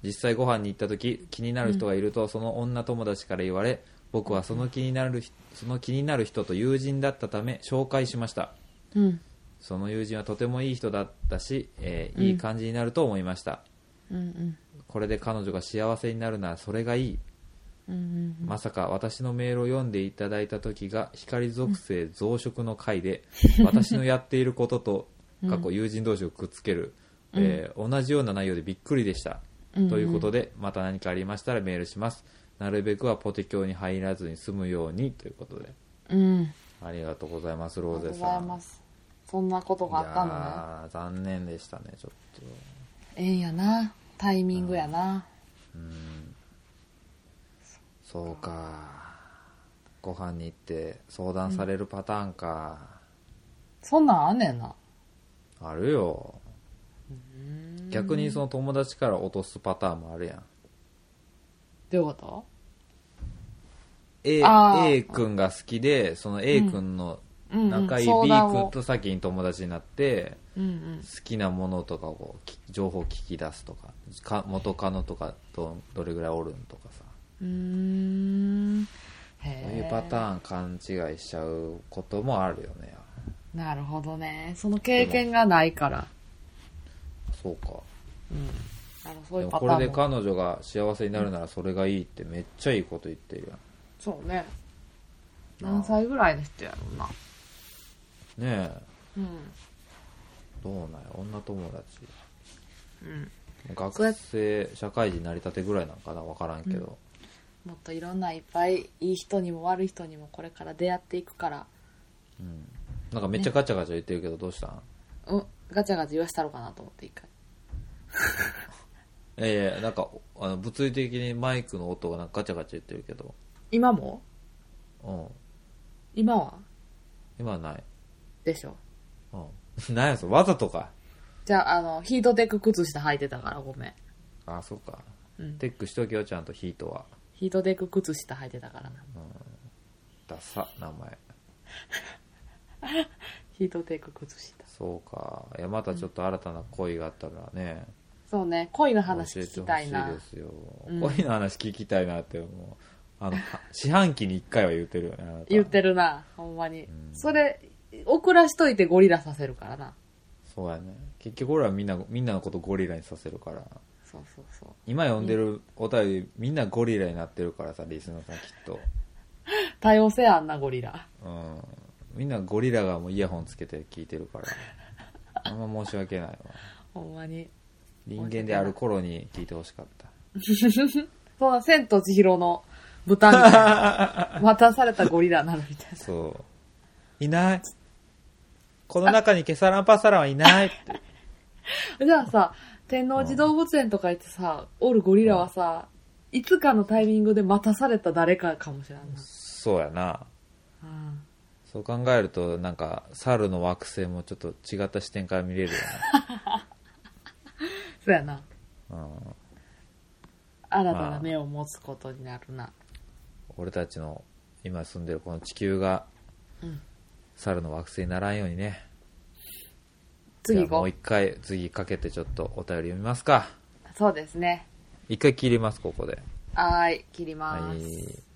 Speaker 1: 実際ご飯に行った時気になる人がいると、その女友達から言われ僕はその気になる人その気になる人と友人だったため紹介しました
Speaker 3: うん。
Speaker 1: その友人はとてもいい人だったし、えーいい感じになると思いました、
Speaker 3: うんうん。
Speaker 1: これで彼女が幸せになるならそれがいい、
Speaker 3: うんうん。
Speaker 1: まさか私のメールを読んでいただいた時が光属性増殖の回 で、私のやっていることと過去友人同士をくっつける、えー同じような内容でびっくりでした、
Speaker 3: うんうん
Speaker 1: ということでまた何かありましたらメールしますなるべくはポテ教に入らずに済むようにということで
Speaker 3: うん。
Speaker 1: ありがとうございます
Speaker 3: あり
Speaker 1: ロ
Speaker 3: が
Speaker 1: ー
Speaker 3: とう
Speaker 1: ゼ
Speaker 3: ござ
Speaker 1: さ
Speaker 3: い
Speaker 1: ん
Speaker 3: ます。そんなことがあった
Speaker 1: い
Speaker 3: のね。
Speaker 1: やー残念でしたねちょっと
Speaker 3: ええんやな。タイミングやな。
Speaker 1: そうかご飯に行って相談されるパターンか、
Speaker 3: そんなんあんねんな。
Speaker 1: あるよ逆にその友達から落とすパターンもあるやん
Speaker 3: どういうこと
Speaker 1: A,
Speaker 3: あー
Speaker 1: A 君が好きでその A 君の
Speaker 3: うんうん
Speaker 1: 仲いい B
Speaker 3: 相談を
Speaker 1: 君と先に友達になって
Speaker 3: うんうん。
Speaker 1: 好きなものとかをき情報を聞き出すとかか元カノとかどどれぐらいおるんとかさ
Speaker 3: うーん。
Speaker 1: そうい
Speaker 3: へ
Speaker 1: うパ
Speaker 3: え。
Speaker 1: ターン勘違いしちゃうこともあるよね
Speaker 3: なるほどね。その経験がないから。
Speaker 1: そうか
Speaker 3: あの、そう
Speaker 1: で
Speaker 3: い
Speaker 1: も
Speaker 3: うパタ
Speaker 1: こ
Speaker 3: ーン
Speaker 1: れ
Speaker 3: も。
Speaker 1: で彼女が幸せになるならそれがいいってめっちゃいいこと言ってるやん
Speaker 3: そうね。何歳ぐらいの人やろうな。
Speaker 1: ねえ
Speaker 3: うん。
Speaker 1: どうなんや女友達
Speaker 3: うん。そうや
Speaker 1: 学生社会人なりたてぐらいなんかな分からんけど、
Speaker 3: もっといろんないっぱいいい人にも悪い人にもこれから出会っていくから、
Speaker 1: なんかめっちゃガチャガチャ言ってるけどどうしたん
Speaker 3: うん、ガチャガチャ言わしたろうかなと思って一回。
Speaker 1: いやいやなんかあの物理的にマイクの音がなんかガチャガチャ言ってるけど
Speaker 3: 今も
Speaker 1: うん
Speaker 3: 今は
Speaker 1: 今はない
Speaker 3: でしょ。
Speaker 1: うん 何やそれわざとか
Speaker 3: じゃあ、あの、ヒートテック靴下履いてたからごめん。
Speaker 1: あそうか、
Speaker 3: うん
Speaker 1: テックしとけよちゃんとヒートは
Speaker 3: ヒートテック靴下履いてたからな。
Speaker 1: ダサ名前
Speaker 3: ヒートテック靴下。
Speaker 1: そうかいやまたちょっと新たな恋があったらね、
Speaker 3: そうね、恋の
Speaker 1: 教え
Speaker 3: 話聞
Speaker 1: て
Speaker 3: き
Speaker 1: ほ
Speaker 3: た
Speaker 1: し
Speaker 3: い
Speaker 1: い
Speaker 3: な
Speaker 1: で。すよ、
Speaker 3: うん
Speaker 1: 恋の話聞きたいなってもうあの 四半期に1回は言ってるよねあなた
Speaker 3: 言ってるな、ほんまに。
Speaker 1: ん
Speaker 3: それ、遅らしといてゴリラさせるからな。
Speaker 1: そうやね結局俺はみんなみんなのことゴリラにさせるから
Speaker 3: そうそうそう。
Speaker 1: 今読んでるお便りみんなゴリラになってるからさリスナーさんきっと
Speaker 3: 多様性あんなゴリラ。
Speaker 1: うんみんなゴリラがもうイヤホンつけて聞いてるからあんま申し訳ないわ
Speaker 3: ほんまに。
Speaker 1: 人間である頃に聞いてほしかった
Speaker 3: そんな、千と千尋の豚みたい な。渡されたゴリラなるみたいな。
Speaker 1: そういないこの中にケサランパサランはいないって
Speaker 3: じゃあさ、天王寺動物園とか行ってさ、おるゴリラはさ、いつかのタイミングで待たされた誰かかもしれんない。
Speaker 1: そうやな
Speaker 3: うん
Speaker 1: そう考えるとなんか猿の惑星もちょっと違った視点から見れるよね、
Speaker 3: そうやな。
Speaker 1: うん、
Speaker 3: 新たな目を持つことになるな。
Speaker 1: 俺たちの今住んでるこの地球が
Speaker 3: うん
Speaker 1: 猿の惑星にならんようにね、じゃ
Speaker 3: 次
Speaker 1: あ
Speaker 3: 行
Speaker 1: も
Speaker 3: こ
Speaker 1: う一回次かけてちょっとお便り読みますか
Speaker 3: う。そうですね。
Speaker 1: 一回切りますここで
Speaker 3: はーい、切り
Speaker 1: は
Speaker 3: ます。
Speaker 1: い